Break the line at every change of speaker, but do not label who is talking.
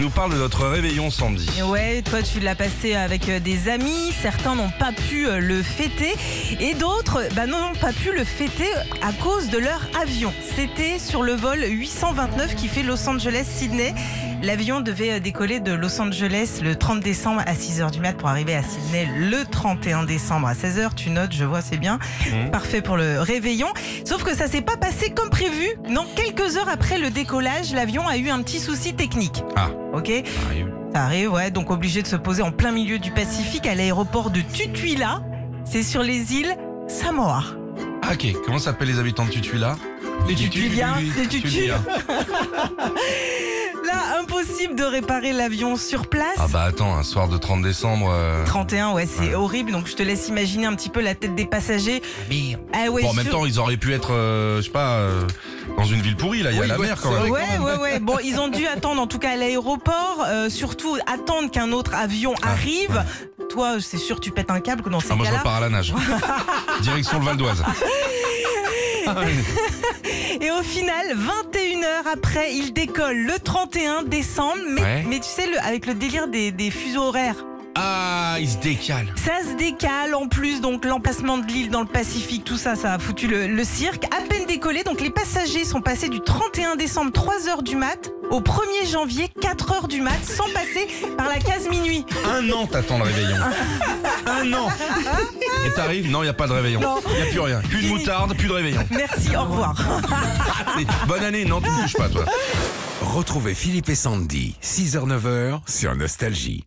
nous parle de notre réveillon samedi.
Ouais, toi tu l'as passé euh, avec des amis, certains n'ont pas pu euh, le fêter et d'autres bah, n'ont pas pu le fêter euh, à cause de leur avion. C'était sur le vol 829 qui fait Los Angeles-Sydney. L'avion devait euh, décoller de Los Angeles le 30 décembre à 6h du mat pour arriver à Sydney le 31 décembre à 16h. Tu notes, je vois, c'est bien. Mmh. Parfait pour le réveillon. Sauf que ça s'est pas passé comme prévu. Non, quelques heures après le décollage, l'avion a eu un petit souci technique.
Ah.
Ok Ça arrive. Ça arrive, ouais. Donc obligé de se poser en plein milieu du Pacifique à l'aéroport de Tutuila. C'est sur les îles Samoa.
Ah, ok, comment s'appellent les habitants de Tutuila
Les Tutuiliens, les Tutuiliens. Là, impossible de réparer l'avion sur place.
Ah bah attends, un soir de 30 décembre. euh,
31, ouais, c'est horrible. Donc je te laisse imaginer un petit peu la tête des passagers. Ah ouais,
Bon, en même
sur-
temps, ils auraient pu être, euh, je sais pas, euh, dans une ville pourrie, là, il y a
Oui,
la
ouais,
mer
c'est
quand
vrai.
même.
Ouais, ouais, ouais. Bon, ils ont dû attendre, en tout cas à l'aéroport, euh, surtout attendre qu'un autre avion arrive. Toi, c'est sûr, tu pètes un câble dans ces
Ah, moi, je
cas-là.
repars à la nage. Direction le Val d'Oise.
Et au final, 21 heures après, il décolle le 31 décembre. Mais,
Ouais.
mais tu sais, le- avec le délire des, des fuseaux horaires,
Ah, il se décale.
ça se décale en plus. Donc l'emplacement de l'île dans le Pacifique, tout ça, ça a foutu le, le cirque. À peine décollé, donc les passagers sont passés du 31 décembre 3 heures du mat au 1er janvier 4 heures du mat sans passer par la case minuit.
Un an t'attends le réveillon. Un an. Et t'arrives, non, il n'y a pas de réveillon.
Non.
Il n'y a plus rien. Plus de
Fini.
moutarde, plus de réveillon.
Merci, au revoir.
C'est- Bonne année, non, tu ne bouges pas, toi.
Retrouvez Philippe et Sandy, 6h-9h sur Nostalgie.